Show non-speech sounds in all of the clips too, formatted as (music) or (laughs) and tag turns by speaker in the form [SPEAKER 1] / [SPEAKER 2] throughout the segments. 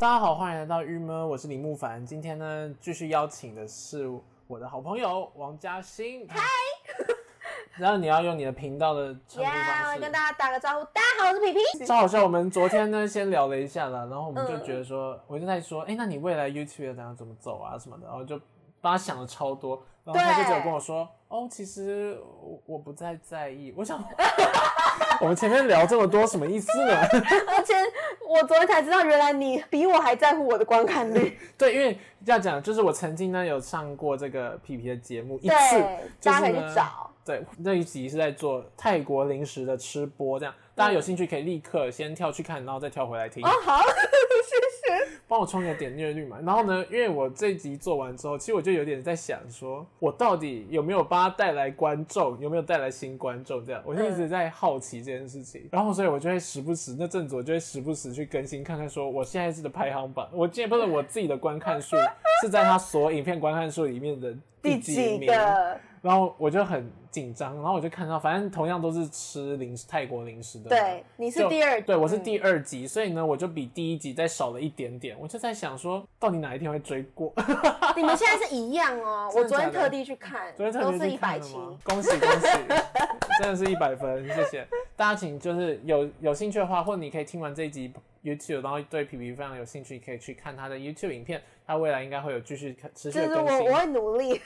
[SPEAKER 1] 大家好，欢迎来到郁闷，我是李慕凡。今天呢，继续邀请的是我的好朋友王嘉欣。嗨， (laughs) 然后你要用你的频道的称呼
[SPEAKER 2] 耶
[SPEAKER 1] 方
[SPEAKER 2] 我
[SPEAKER 1] 式。
[SPEAKER 2] 跟大家打个招呼，大家好，我是皮
[SPEAKER 1] (laughs)
[SPEAKER 2] 皮。
[SPEAKER 1] 超好笑！我们昨天呢，先聊了一下啦，然后我们就觉得说，
[SPEAKER 2] 嗯
[SPEAKER 1] 我就在说，哎、那你未来 YouTube 怎样怎么走啊什么的，然后就帮他想了超多，然后他就
[SPEAKER 2] 对
[SPEAKER 1] 只有跟我说，哦，其实我我不太在意，我想， (laughs) 我们前面聊这么多什么意思呢？
[SPEAKER 2] 而且我昨天才知道，原来你比我还在乎我的观
[SPEAKER 1] (laughs)
[SPEAKER 2] 看率。
[SPEAKER 1] 对，因为这样讲，就是我曾经呢有上过这个皮皮的节目一次
[SPEAKER 2] 对，，
[SPEAKER 1] 就
[SPEAKER 2] 大家可
[SPEAKER 1] 是
[SPEAKER 2] 以去
[SPEAKER 1] 呢。
[SPEAKER 2] 找。
[SPEAKER 1] 对，那一集是在做泰国零食的吃播，这样大家有兴趣可以立刻先跳去看，然后再跳回来听。
[SPEAKER 2] 哦，好，谢谢。
[SPEAKER 1] 帮我冲个点阅率嘛。然后呢，因为我这集做完之后，其实我就有点在想说，我到底有没有帮他带来观众，有没有带来新观众？这样，我就一直在好奇这件事情。
[SPEAKER 2] 嗯
[SPEAKER 1] 然后，所以我就会时不时那阵子，我就会时不时去更新，看看说我现在是的排行榜，我今天不是我自己的观看
[SPEAKER 2] (laughs)
[SPEAKER 1] 数是在他所有影片观看数里面的
[SPEAKER 2] 第
[SPEAKER 1] 几
[SPEAKER 2] 几
[SPEAKER 1] 名。
[SPEAKER 2] 个？
[SPEAKER 1] 然后我就很紧张，然后我就看到，反正同样都是吃零食，泰国零食的嘛。
[SPEAKER 2] 对，你是
[SPEAKER 1] 就
[SPEAKER 2] 第二，
[SPEAKER 1] 对我是
[SPEAKER 2] 嗯。
[SPEAKER 1] 第二集，所以呢，我就比第一集再少了一点点。我就在想说，到底哪一天会追过？，
[SPEAKER 2] 嗯你们现在是一样哦
[SPEAKER 1] (laughs)
[SPEAKER 2] 我
[SPEAKER 1] 真的
[SPEAKER 2] 昨
[SPEAKER 1] 假的
[SPEAKER 2] 天特地去看，
[SPEAKER 1] 昨天特
[SPEAKER 2] 都
[SPEAKER 1] 别
[SPEAKER 2] 是
[SPEAKER 1] 去
[SPEAKER 2] 一
[SPEAKER 1] 看
[SPEAKER 2] 百
[SPEAKER 1] 了
[SPEAKER 2] 七。
[SPEAKER 1] 吗恭喜恭喜，真的是一百分，谢谢大家。请就是有有兴趣的话，或者你可以听完这一集 YouTube，然后对皮皮非常有兴趣，可以去看他的 YouTube 影片，他未来应该会有继续持续的
[SPEAKER 2] 就是
[SPEAKER 1] 更
[SPEAKER 2] 我，
[SPEAKER 1] 新
[SPEAKER 2] 我。会努
[SPEAKER 1] (laughs)
[SPEAKER 2] 力。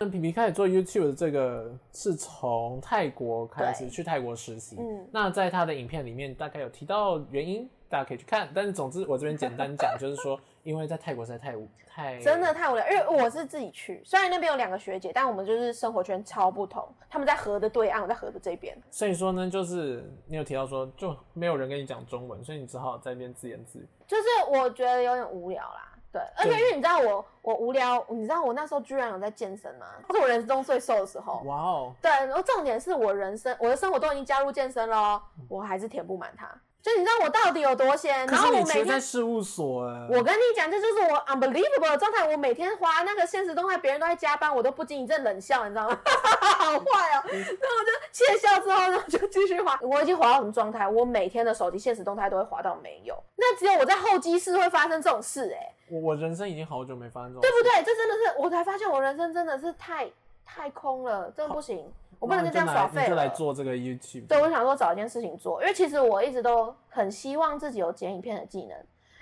[SPEAKER 1] 那皮皮开始做 YouTube 的这个是从泰国开始
[SPEAKER 2] 对
[SPEAKER 1] 去泰国实习，
[SPEAKER 2] 嗯
[SPEAKER 1] 那在他的影片里面大概有提到原因，大家可以去看。但是总之我这边简单讲，就是说因为在泰国实在太无太
[SPEAKER 2] (laughs) 真的太无聊，因为我是自己去，虽然那边有两个学姐，但我们就是生活圈超不同。他们在河的对岸，我在河的这边。
[SPEAKER 1] 所以说呢，就是你有提到说就没有人跟你讲中文，所以你只好在那边自言自语。
[SPEAKER 2] 就是我觉得有点无聊啦。对，而且因为你知道我我无聊，你知道我那时候居然有在健身
[SPEAKER 1] (laughs)
[SPEAKER 2] 吗？这是我人生中最瘦的时候。
[SPEAKER 1] 哇哦，
[SPEAKER 2] 对，然后重点是我人生我的生活都已经加入健身咯，我还是填不满它。就你知道我到底有多
[SPEAKER 1] 嗯
[SPEAKER 2] 闲？
[SPEAKER 1] 可
[SPEAKER 2] 然
[SPEAKER 1] 是
[SPEAKER 2] 后
[SPEAKER 1] 你
[SPEAKER 2] 我
[SPEAKER 1] 其实
[SPEAKER 2] 每
[SPEAKER 1] 在
[SPEAKER 2] 天，
[SPEAKER 1] 事务所哎、
[SPEAKER 2] 我跟你讲，这就是我 unbelievable 的状态。我每天滑那个现实动态，别人都在加班，我都不禁一阵冷笑，你知道吗？ (laughs) 好坏哦！
[SPEAKER 1] 嗯
[SPEAKER 2] 然后我就窃笑之后，然后就继续滑。我已经滑到什么状态？我每天的手机现实动态都会滑到没有。那只有我在候机室会发生这种事、欸，哎。
[SPEAKER 1] 我我人生已经好久没发生这种
[SPEAKER 2] 对
[SPEAKER 1] 事，
[SPEAKER 2] 不对？这真的是，我才发现我人生真的是太太空了，真的不行，我不能
[SPEAKER 1] 那你
[SPEAKER 2] 就这样
[SPEAKER 1] 来
[SPEAKER 2] 耍
[SPEAKER 1] 你
[SPEAKER 2] 废
[SPEAKER 1] 就来
[SPEAKER 2] 了。
[SPEAKER 1] 做这个 YouTube。
[SPEAKER 2] 对，我想说找一件事情做，因为其实我一直都很希望自己有剪影片的技能，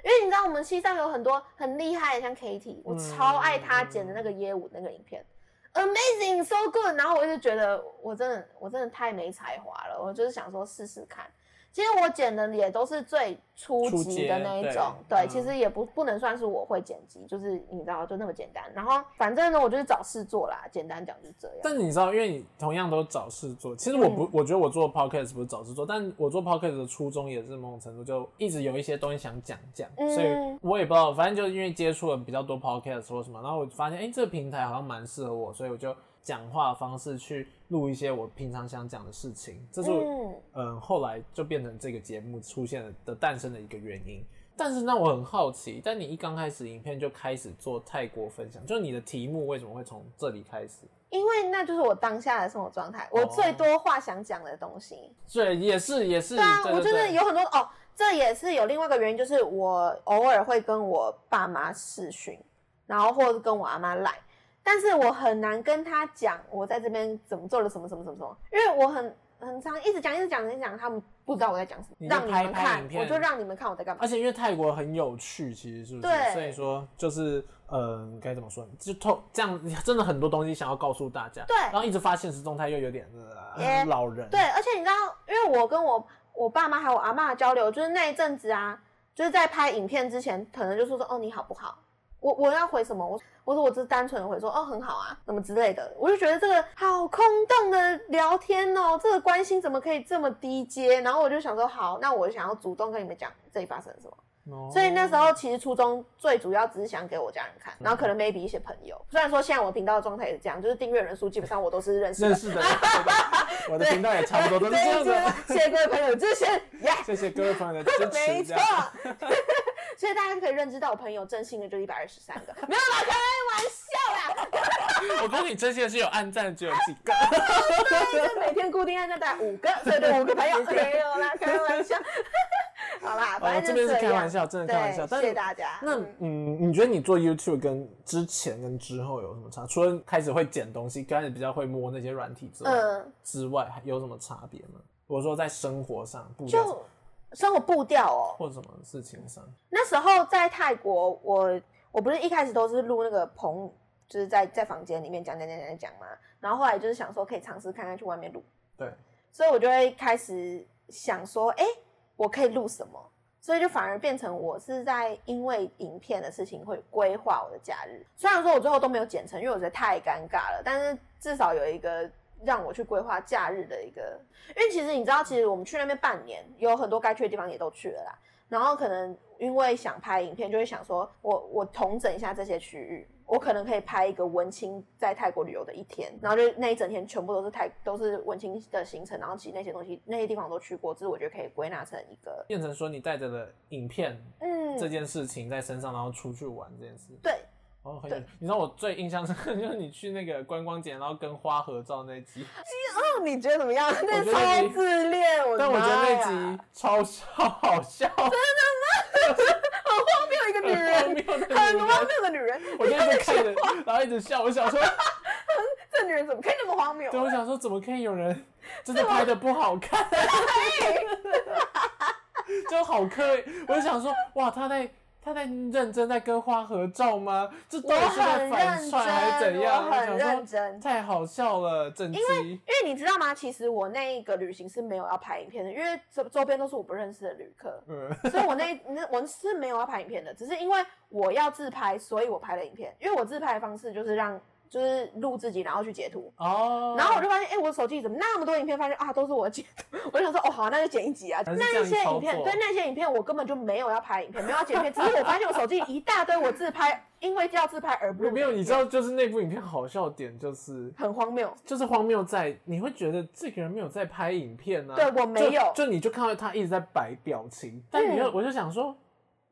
[SPEAKER 2] 因为你知道我们西藏有很多很厉害的，像 KT，我
[SPEAKER 1] 嗯
[SPEAKER 2] 超爱他剪的那个耶舞那个影片。Amazing, so good。然后我就觉得我真的我真的太没才华了，我就是想说试试看。其实我剪的也都是最初
[SPEAKER 1] 初
[SPEAKER 2] 级的
[SPEAKER 1] 阶
[SPEAKER 2] 那一
[SPEAKER 1] 对
[SPEAKER 2] 种，
[SPEAKER 1] 嗯
[SPEAKER 2] 对，其实也不不能算是我会剪辑，就是你知道就那么简单。然后反正呢，我就是找事做啦，简单讲就是这样。
[SPEAKER 1] 但你知道，因为你同样都找事做，其实我
[SPEAKER 2] 嗯
[SPEAKER 1] 不，我觉得我做 podcast 不是找事做，但我做 podcast 的初衷也是某种程度就一直有一些东西想讲讲，
[SPEAKER 2] 嗯
[SPEAKER 1] 所以我也不知道，反正就因为接触了比较多 podcast 或什么，然后我发现，哎、这个平台好像蛮适合我，所以我就讲话方式去录一些我平常想讲的事情，这是我
[SPEAKER 2] 嗯，
[SPEAKER 1] 嗯，后来就变成这个节目出现了的诞生的一个原因。但是呢，我很好奇，但你一刚开始影片就开始做泰国分享，就是你的题目为什么会从这里开始？
[SPEAKER 2] 因为那就是我当下的生活状态，
[SPEAKER 1] 哦
[SPEAKER 2] 我最多话想讲的东西。
[SPEAKER 1] 对，也是也是，
[SPEAKER 2] 对啊，
[SPEAKER 1] 对
[SPEAKER 2] 我
[SPEAKER 1] 对
[SPEAKER 2] 觉得
[SPEAKER 1] 对
[SPEAKER 2] 有很多哦，这也是有另外一个原因，就是我偶尔会跟我爸妈视讯，然后或者跟我阿妈赖，但是我很难跟他讲我在这边怎么做了什么什么什么什么，因为我很很常一直讲一直讲一直讲，他们不知道我在讲什么，
[SPEAKER 1] 你就
[SPEAKER 2] 让你
[SPEAKER 1] 拍
[SPEAKER 2] 们
[SPEAKER 1] 拍
[SPEAKER 2] 看
[SPEAKER 1] 影，片
[SPEAKER 2] 我就让你们看我在干嘛
[SPEAKER 1] 而。且因为泰国很有趣，其实是不是？
[SPEAKER 2] 对
[SPEAKER 1] 所以说就是嗯，该怎么说？就透这样，真的很多东西想要告诉大家。
[SPEAKER 2] 对
[SPEAKER 1] 然后一直发现实动态又有点、呃
[SPEAKER 2] 耶
[SPEAKER 1] 老人。
[SPEAKER 2] 对，，而且你知道，因为我跟我我爸妈还有我阿妈交流，就是那一阵子啊，就是在拍影片之前，可能就说说哦你好不好，我我要回什么，我我说我只是单纯的回说哦很好啊，什么之类的，我就觉得这个好空洞的聊天哦，这个关心怎么可以这么低阶？然后我就想说好，那我想要主动跟你们讲这里发生了什么。
[SPEAKER 1] 哦
[SPEAKER 2] 所以那时候其实初衷最主要只是想给我家人看，然后可能
[SPEAKER 1] 嗯
[SPEAKER 2] maybe 一些朋友。虽然说现在我频道的状态也是这样，就是订阅人数基本上我都是认识
[SPEAKER 1] 认
[SPEAKER 2] 的，
[SPEAKER 1] 识的人，对吧我的频道也差不多都是这样的。
[SPEAKER 2] 对谢谢各位朋友，这些
[SPEAKER 1] (laughs)
[SPEAKER 2] 呀，
[SPEAKER 1] 谢谢各位朋友的支
[SPEAKER 2] 没
[SPEAKER 1] 持，这
[SPEAKER 2] 错
[SPEAKER 1] 样。。
[SPEAKER 2] (laughs) 所以大家可以认知到，我朋友真心的就一百二十三个， (laughs) 没有啦，开玩笑啦。
[SPEAKER 1] 我跟你真心的是有暗赞，只有几
[SPEAKER 2] (laughs)
[SPEAKER 1] 个。 (laughs)
[SPEAKER 2] (laughs) 对，就每天固定按照大概五个，所以就五个朋友，没有啦，开玩笑。好好啦，
[SPEAKER 1] 呃，
[SPEAKER 2] 反
[SPEAKER 1] 这
[SPEAKER 2] 正
[SPEAKER 1] 边
[SPEAKER 2] 就是这
[SPEAKER 1] 开
[SPEAKER 2] 样。
[SPEAKER 1] 玩笑，真的开玩笑。
[SPEAKER 2] 对，
[SPEAKER 1] 但
[SPEAKER 2] 谢谢大家。
[SPEAKER 1] 那
[SPEAKER 2] 嗯
[SPEAKER 1] 嗯，你觉得你做 YouTube 跟之前跟之后有什么差？除了开始会剪东西，开始比较会摸那些软体之外，
[SPEAKER 2] 嗯，
[SPEAKER 1] 之外还有什么差别吗？我说在生活上，不
[SPEAKER 2] 呃就生活步调哦。
[SPEAKER 1] 或者什么事情上，
[SPEAKER 2] 那时候在泰国，我我不是一开始都是录那个棚，就是在在房间里面讲讲讲讲讲嘛，然后后来就是想说可以尝试看看去外面录，
[SPEAKER 1] 对，
[SPEAKER 2] 所以我就会开始想说，哎、我可以录什么？所以就反而变成我是在因为影片的事情会规划我的假日。虽然说我最后都没有剪成，因为我觉得太尴尬了，但是至少有一个让我去规划假日的一个。因为其实你知道，其实我们去那边半年，有很多该去的地方也都去了啦。然后可能因为想拍影片，就会想说我我统整一下这些区域，我可能可以拍一个文青在泰国旅游的一天，然后就那一整天全部都是泰都是文青的行程，然后其实那些东西那些地方我都去过，只是我觉得可以归纳成一个
[SPEAKER 1] 变成说你带着了影片
[SPEAKER 2] 嗯
[SPEAKER 1] 这件事情在身上，然后出去玩这件事。
[SPEAKER 2] 对
[SPEAKER 1] 哦，很有
[SPEAKER 2] 对
[SPEAKER 1] 你知道我最印象深刻 (laughs) 就是你去那个观光节，然后跟花合照那一集，
[SPEAKER 2] 哦，你觉得怎么样？
[SPEAKER 1] 觉
[SPEAKER 2] 那
[SPEAKER 1] 得
[SPEAKER 2] 超
[SPEAKER 1] 你
[SPEAKER 2] 自恋，我的
[SPEAKER 1] 但我觉得
[SPEAKER 2] 妈
[SPEAKER 1] 那
[SPEAKER 2] 呀
[SPEAKER 1] 集超好笑，
[SPEAKER 2] (laughs) 没有一个女
[SPEAKER 1] 荒 (laughs)
[SPEAKER 2] 人，
[SPEAKER 1] 谬的女
[SPEAKER 2] 很
[SPEAKER 1] 人
[SPEAKER 2] 荒谬的女人，
[SPEAKER 1] 我就一直看着，然后一直笑，我想说，
[SPEAKER 2] 这女人怎么可以那么荒谬
[SPEAKER 1] 对，？我想说，怎么可以有
[SPEAKER 2] (laughs)
[SPEAKER 1] 人真的拍的不好看？ (laughs) 就好刻意，我就想说，哇，他在他在认真在跟花合照吗？这到
[SPEAKER 2] 我
[SPEAKER 1] 底是在
[SPEAKER 2] 很
[SPEAKER 1] 反
[SPEAKER 2] 认
[SPEAKER 1] 串还是
[SPEAKER 2] 真，
[SPEAKER 1] 怎样？
[SPEAKER 2] 我很
[SPEAKER 1] 想
[SPEAKER 2] 认
[SPEAKER 1] 说
[SPEAKER 2] 真。
[SPEAKER 1] 太好笑了，整集
[SPEAKER 2] 因为你知道吗？其实我那一个旅行是没有要拍影片的，因为周周边都是我不认识的旅客，
[SPEAKER 1] 嗯，
[SPEAKER 2] 所以我那那我是没有要拍影片的，只是因为我要自拍，所以我拍了影片。因为我自拍的方式就是让就是录自己，然后去截图。
[SPEAKER 1] 哦，
[SPEAKER 2] 然后我就发现，哎、我手机怎么那么多影片？发现啊，都是我截图。我就想说，哦，好，那就剪一集啊。
[SPEAKER 1] 还是这
[SPEAKER 2] 那
[SPEAKER 1] 样
[SPEAKER 2] 一些
[SPEAKER 1] 操
[SPEAKER 2] 影片，
[SPEAKER 1] 作
[SPEAKER 2] 对那些影片，我根本就没有要拍影片，没有要剪片，只是我发现我手机一大堆我自拍，因为要自拍而不录的
[SPEAKER 1] 没有，你知
[SPEAKER 2] 影
[SPEAKER 1] 道，就是那部影片好笑点就是。
[SPEAKER 2] 片很荒谬。
[SPEAKER 1] 就是荒谬在，你会觉得这个人没有在拍影片啊？
[SPEAKER 2] 对我没有
[SPEAKER 1] 就，就你就看到他一直在摆表情，但你又、我就想说，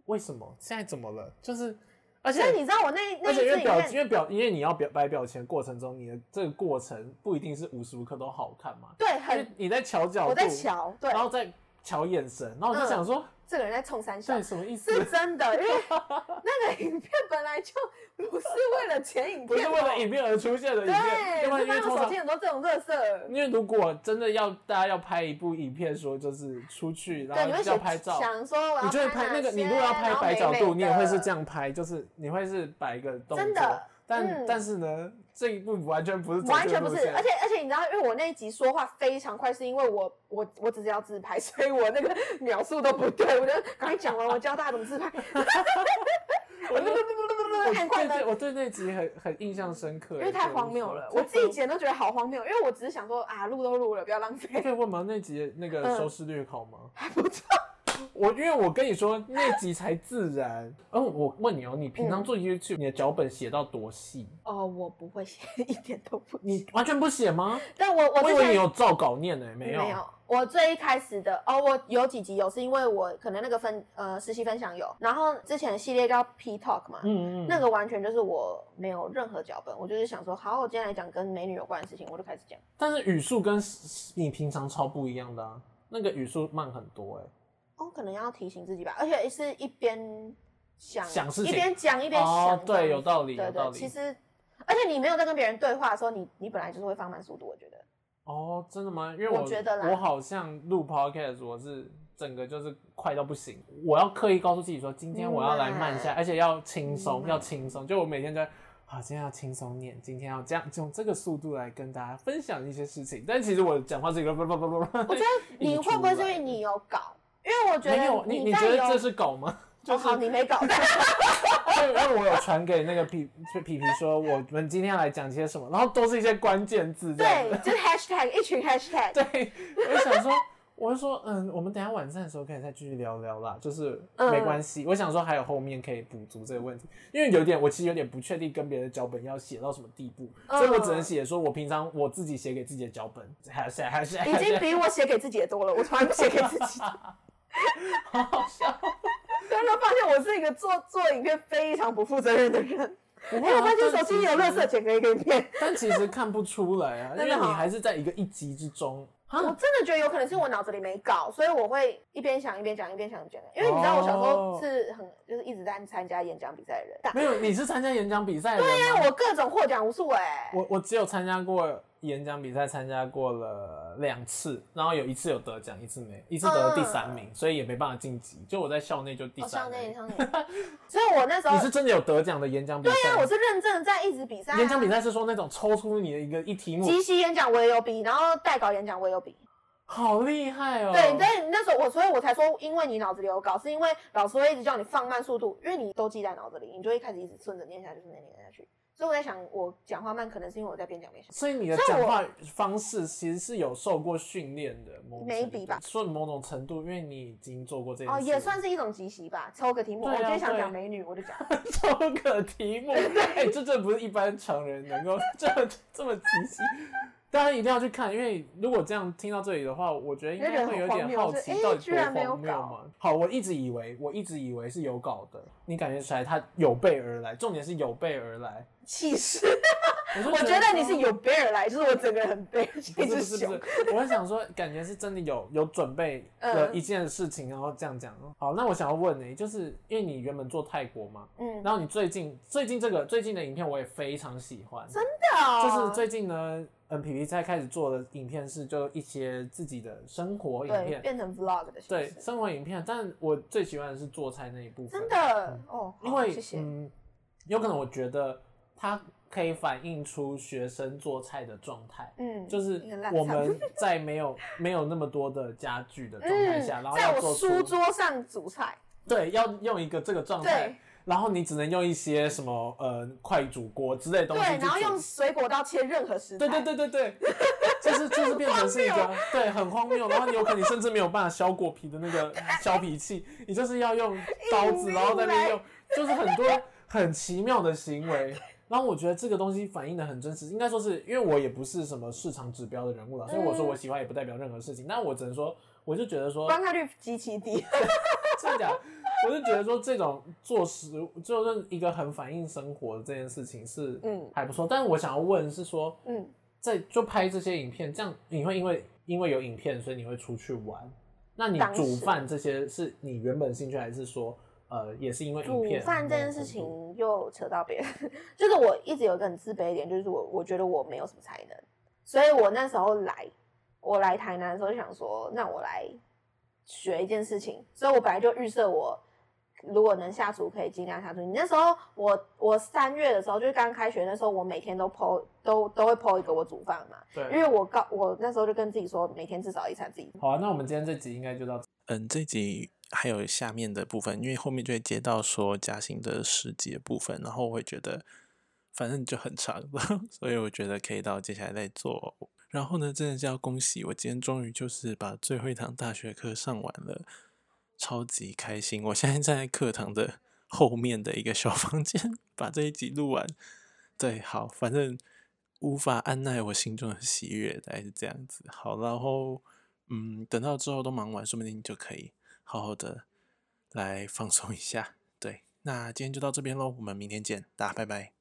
[SPEAKER 1] 为什么现在怎么了？就是，而且
[SPEAKER 2] 所以你知道我那那
[SPEAKER 1] 而
[SPEAKER 2] 一
[SPEAKER 1] 且因
[SPEAKER 2] 次
[SPEAKER 1] 为
[SPEAKER 2] 影
[SPEAKER 1] 表
[SPEAKER 2] 片
[SPEAKER 1] 因为表因为你要表摆表情的过程中，你的这个过程不一定是无时无刻都好看嘛，
[SPEAKER 2] 对，
[SPEAKER 1] 因
[SPEAKER 2] 很
[SPEAKER 1] 为你在瞧角度，
[SPEAKER 2] 我在，瞧，对
[SPEAKER 1] 然，后在瞧眼神，然后我就想说，
[SPEAKER 2] 这个人在冲三笑
[SPEAKER 1] 对，，什么意思？
[SPEAKER 2] 是真的，
[SPEAKER 1] (laughs)
[SPEAKER 2] 因为那个影片本来就不是为了剪影片，
[SPEAKER 1] 不是为了影，片而出现的影片，
[SPEAKER 2] 对，
[SPEAKER 1] 要不
[SPEAKER 2] 我
[SPEAKER 1] 然因为
[SPEAKER 2] 发
[SPEAKER 1] 通
[SPEAKER 2] 我手
[SPEAKER 1] 常嗯
[SPEAKER 2] 机。很多这种乐色
[SPEAKER 1] 因，为如果真的要大家要拍一部影片，说就是出去，
[SPEAKER 2] 对，你
[SPEAKER 1] 然后
[SPEAKER 2] 会
[SPEAKER 1] 啊要拍照
[SPEAKER 2] 想，想说我
[SPEAKER 1] 你就会
[SPEAKER 2] 要
[SPEAKER 1] 拍
[SPEAKER 2] 哪
[SPEAKER 1] 那个，
[SPEAKER 2] 些
[SPEAKER 1] 你如果要拍白角度，你也会是这，
[SPEAKER 2] 然后美美的
[SPEAKER 1] 样拍，就是你会是摆一个动作。
[SPEAKER 2] 真的
[SPEAKER 1] 但、
[SPEAKER 2] 嗯
[SPEAKER 1] 但是呢，这一部完全不是走
[SPEAKER 2] 完
[SPEAKER 1] 这个
[SPEAKER 2] 全不
[SPEAKER 1] 路
[SPEAKER 2] 是，
[SPEAKER 1] 线
[SPEAKER 2] 而且而且你知道，因为我那一集说话非常快，是因为我我我只是要自拍，所以我那个 (laughs) 描述都不对，我就赶快讲完，我教大家怎么自拍，
[SPEAKER 1] 我就我
[SPEAKER 2] 很快
[SPEAKER 1] 对
[SPEAKER 2] 的
[SPEAKER 1] 对，我对那集很很印象深刻，
[SPEAKER 2] 因为太荒谬了，我自己。剪都觉得好荒谬，因为我只是想说啊，录都录了，不要浪费。
[SPEAKER 1] 可以问吗？那集那个
[SPEAKER 2] 嗯
[SPEAKER 1] 收视率好吗？还不错。我因为我跟你说，那集才自然。嗯，我问你哦，你平常做 YouTube，、你的脚本写到多细？
[SPEAKER 2] 哦，我不会写， (laughs) 一点都不。
[SPEAKER 1] 你完全不写吗？
[SPEAKER 2] 但我我
[SPEAKER 1] 我以为
[SPEAKER 2] 之前
[SPEAKER 1] 你有照稿念呢、没有。
[SPEAKER 2] 没有。我最一开始的哦，我有几集有，是因为我可能那个分呃实习分享有，然后之前的系列叫 P Talk 嘛，
[SPEAKER 1] 嗯嗯嗯。
[SPEAKER 2] 那个完全就是我没有任何脚本，我就是想说，好，我今天来讲跟美女有关的事情，我就开始讲。
[SPEAKER 1] 但是语速跟你平常超不一样的啊，那个语速慢很多哎、
[SPEAKER 2] 哦，可能要提醒自己吧，而且是一边想
[SPEAKER 1] 想事情
[SPEAKER 2] 一边讲一边想这
[SPEAKER 1] 哦
[SPEAKER 2] 样，子、
[SPEAKER 1] 对，有道理，有
[SPEAKER 2] 对
[SPEAKER 1] 道
[SPEAKER 2] 对，
[SPEAKER 1] 理。
[SPEAKER 2] 其实而且你没有在跟别人对话的时候，你你本来就是会放慢速度，我觉得。
[SPEAKER 1] 哦，真的吗？因为我
[SPEAKER 2] 我觉得啦
[SPEAKER 1] 我好像录 podcast，我是整个就是快到不行，我要刻意告诉自己说，今天我要来慢下，
[SPEAKER 2] 慢
[SPEAKER 1] 而且要轻松，
[SPEAKER 2] 慢
[SPEAKER 1] 要轻松。就我每天在。啊，今天要轻松念，今天要这样用这个速度来跟大家分享一些事情。但其实我讲话是一个不不不不不，
[SPEAKER 2] 我觉得你会不会是因为你有搞？因为我觉
[SPEAKER 1] 没有
[SPEAKER 2] 得
[SPEAKER 1] 你，你
[SPEAKER 2] 在
[SPEAKER 1] 觉得
[SPEAKER 2] 有
[SPEAKER 1] 这是狗吗？就
[SPEAKER 2] 哦，
[SPEAKER 1] 是
[SPEAKER 2] 好，你没
[SPEAKER 1] (laughs)
[SPEAKER 2] 搞，
[SPEAKER 1] 因为因为我有传给那个皮皮皮说，我们今天要来讲些什么，然后都是一些关键字这样
[SPEAKER 2] 对
[SPEAKER 1] 的，。
[SPEAKER 2] 就是 hashtag 一群 hashtag，
[SPEAKER 1] 对， (laughs) 我就想说，我就说，嗯，我们等一下晚上的时候可以再继续聊聊啦，就是
[SPEAKER 2] 嗯
[SPEAKER 1] 没关系。我想说还有后面可以补足这个问题，因为有点我其实有点不确定跟别人的脚本要写到什么地步，
[SPEAKER 2] 嗯
[SPEAKER 1] 所以我只能写说我平常我自己写给自己的脚本， (laughs) 还是还是
[SPEAKER 2] 已经比我写给自己的多了，我从来不写给自
[SPEAKER 1] (laughs)
[SPEAKER 2] 己的。
[SPEAKER 1] 好好笑， (laughs)
[SPEAKER 2] 但是发现我是一个做做影片非常不负责任的人，
[SPEAKER 1] 不
[SPEAKER 2] 因
[SPEAKER 1] 会
[SPEAKER 2] 为
[SPEAKER 1] 啊
[SPEAKER 2] 我发现手机有垃
[SPEAKER 1] 但其
[SPEAKER 2] 圾
[SPEAKER 1] 实
[SPEAKER 2] 剪给一个影片，
[SPEAKER 1] 但其实看不出来啊，因
[SPEAKER 2] (laughs) 真
[SPEAKER 1] 为
[SPEAKER 2] 的
[SPEAKER 1] 你
[SPEAKER 2] 哦
[SPEAKER 1] 还是在一个一集之中。
[SPEAKER 2] 我
[SPEAKER 3] 啊，
[SPEAKER 2] 真的觉得有可能是我脑子里没搞，所以我会一边想一边讲，一边想一边讲。因为你知道我小时候
[SPEAKER 1] 哦
[SPEAKER 2] 是很就是一直在参加演讲比赛的人，但
[SPEAKER 1] 没有，你是参加演讲比赛的人
[SPEAKER 2] 但
[SPEAKER 1] 吗？
[SPEAKER 2] 我各种获奖无数哎、
[SPEAKER 1] 我我只有参加过演讲比赛，参加过了两次，然后有一次有得奖，一次没，一次得了第
[SPEAKER 2] 嗯
[SPEAKER 1] 三名，所以也没办法晋级。就我在校内就第
[SPEAKER 2] 好
[SPEAKER 1] 三
[SPEAKER 2] 像那
[SPEAKER 1] 名。
[SPEAKER 2] 像那，
[SPEAKER 1] (laughs)
[SPEAKER 2] 所以我那时候
[SPEAKER 1] 你是真的有得奖的演讲比赛？
[SPEAKER 2] 对啊，我是认真的在一直比赛、啊，
[SPEAKER 1] 演讲比赛是说那种抽出你的一个一题目，
[SPEAKER 2] 即席演讲我也有比，然后代稿演讲我也有比。
[SPEAKER 1] 好厉害哦！
[SPEAKER 2] 对，但那时候我，所以我才说，因为你脑子里有稿，是因为老师会一直叫你放慢速度，因为你都记在脑子里，你就一开始一直顺着念下去，顺着念下去。所以我在想，我讲话慢，可能是因为我在边讲边想。
[SPEAKER 1] 所以你的讲话方式其实是有受过训练的，某种程
[SPEAKER 2] Maybe
[SPEAKER 1] 度
[SPEAKER 2] 吧
[SPEAKER 1] 算某种程度，因为你已经做过这件事
[SPEAKER 2] 哦，也算是一种即席吧，抽个题目，
[SPEAKER 1] 对
[SPEAKER 2] 我
[SPEAKER 1] 啊
[SPEAKER 2] 今天想
[SPEAKER 1] 对啊
[SPEAKER 2] 讲美女，我就讲。
[SPEAKER 1] 抽个题目，哎、这这不是一般常人能够 (laughs) 这么这么积极。大家一定要去看，因为如果这样听到这里的话，我觉得应该会有点好奇
[SPEAKER 2] 那觉得很荒
[SPEAKER 1] 到底
[SPEAKER 2] 谬就
[SPEAKER 1] 多
[SPEAKER 2] 是哎居然没有
[SPEAKER 1] 荒谬嘛
[SPEAKER 2] 稿。
[SPEAKER 1] 好，我一直以为我一直以为是有稿的，你感觉出来他有备而来，重点是有备而来。
[SPEAKER 2] 气势，
[SPEAKER 1] (laughs) 我就
[SPEAKER 2] 我觉得你是有备而来，就是我整个人很备，
[SPEAKER 1] 不
[SPEAKER 2] 一
[SPEAKER 1] 是不
[SPEAKER 2] 只
[SPEAKER 1] 是不
[SPEAKER 2] 熊
[SPEAKER 1] 是。，我是想说，感觉是真的有有准备的
[SPEAKER 2] 嗯
[SPEAKER 1] 一件事情，然后这样讲。好，那我想要问你、就是因为你原本做泰国嘛，
[SPEAKER 2] 嗯，
[SPEAKER 1] 然后你最近最近这个最近的影片我也非常喜欢，真
[SPEAKER 2] 真哦
[SPEAKER 1] 就是最近呢，嗯，皮皮在开始做的影片是就一些自己的生活影
[SPEAKER 2] 对
[SPEAKER 1] 片，
[SPEAKER 2] 变成 vlog 的形
[SPEAKER 1] 对
[SPEAKER 2] 式，
[SPEAKER 1] 生活影片，但我最喜欢的是做菜那一部分，
[SPEAKER 2] 真，的哦，好
[SPEAKER 1] 因为
[SPEAKER 2] 谢谢。
[SPEAKER 1] 嗯，有可能我觉得它可以反映出学生做菜的状态。
[SPEAKER 2] 嗯，
[SPEAKER 1] 就是
[SPEAKER 2] 一个烂
[SPEAKER 1] 我
[SPEAKER 2] 菜 (laughs)
[SPEAKER 1] 们在没有没有那么多的家具的状态
[SPEAKER 2] 嗯
[SPEAKER 1] 下，然后
[SPEAKER 2] 在
[SPEAKER 1] 要
[SPEAKER 2] 我
[SPEAKER 1] 做
[SPEAKER 2] 书
[SPEAKER 1] 出
[SPEAKER 2] 桌上煮菜，
[SPEAKER 1] 对要用一个这个状态
[SPEAKER 2] 对，
[SPEAKER 1] 然后你只能用一些什么呃快煮锅之类的东西去
[SPEAKER 2] 对，
[SPEAKER 1] 煮，
[SPEAKER 2] 然后用水果刀切任何食材，
[SPEAKER 1] 对对对对对， (laughs) 就是就是变成是一个对很荒谬，然后你有可能你甚至没有办法削果皮的那个削皮器，你就是要用刀子，
[SPEAKER 2] 硬
[SPEAKER 1] 然后在那边
[SPEAKER 2] 来
[SPEAKER 1] 用，就是很多很奇妙的行为。然后我觉得这个东西反映的很真实，应该说是因为我也不是什么市场指标的人物了，所以我说我喜欢也不代表任何事情。那我只能说，我就觉得说，
[SPEAKER 2] 观看率极其低。
[SPEAKER 1] 真的假的，我就觉得说这种做食物就是一个很反映生活的这件事情是
[SPEAKER 2] 嗯
[SPEAKER 1] 还不错。但是我想要问是说，
[SPEAKER 2] 嗯，
[SPEAKER 1] 在就拍这些影片，这样你会因为因为有影片，所以你会出去玩。那你
[SPEAKER 2] 当时
[SPEAKER 1] 煮饭这些是你原本兴趣，还是说呃也是因为影
[SPEAKER 2] 煮
[SPEAKER 1] 片？
[SPEAKER 2] 饭这件事情又扯到别人，就是我一直有一个很自卑的点，就是我我觉得我没有什么才能，所以我那时候来，我来台南的时候就想说，那我来学一件事情，所以我本来就预设我。如果能下厨，可以尽量下厨。你那时候，我我三月的时候，就是刚开学那时候，我每天都 PO 都都会 PO 一个我煮饭嘛，因
[SPEAKER 1] 对。
[SPEAKER 2] 为我告我那时候就跟自己说，每天至少一餐自己
[SPEAKER 1] 好啊，那我们今天这集应该就到这。
[SPEAKER 4] 嗯，这集还有下面的部分，因为后面就会接到说嘉兴的十集的部分，然后我会觉得反正就很长， (laughs) 所以我觉得可以到接下来再做。然后呢，真的是要恭喜我今天终于就是把最后一堂大学课上完了，超级开心！我现在站在课堂的 (laughs) 后面的一个小房间，把这一集录完。对，好，反正无法按耐我心中的喜悦，大概是这样子。好，然后。嗯，等到之后都忙完，说不定就可以好好的来放松一下。对，那今天就到这边喽，我们明天见，大家拜拜。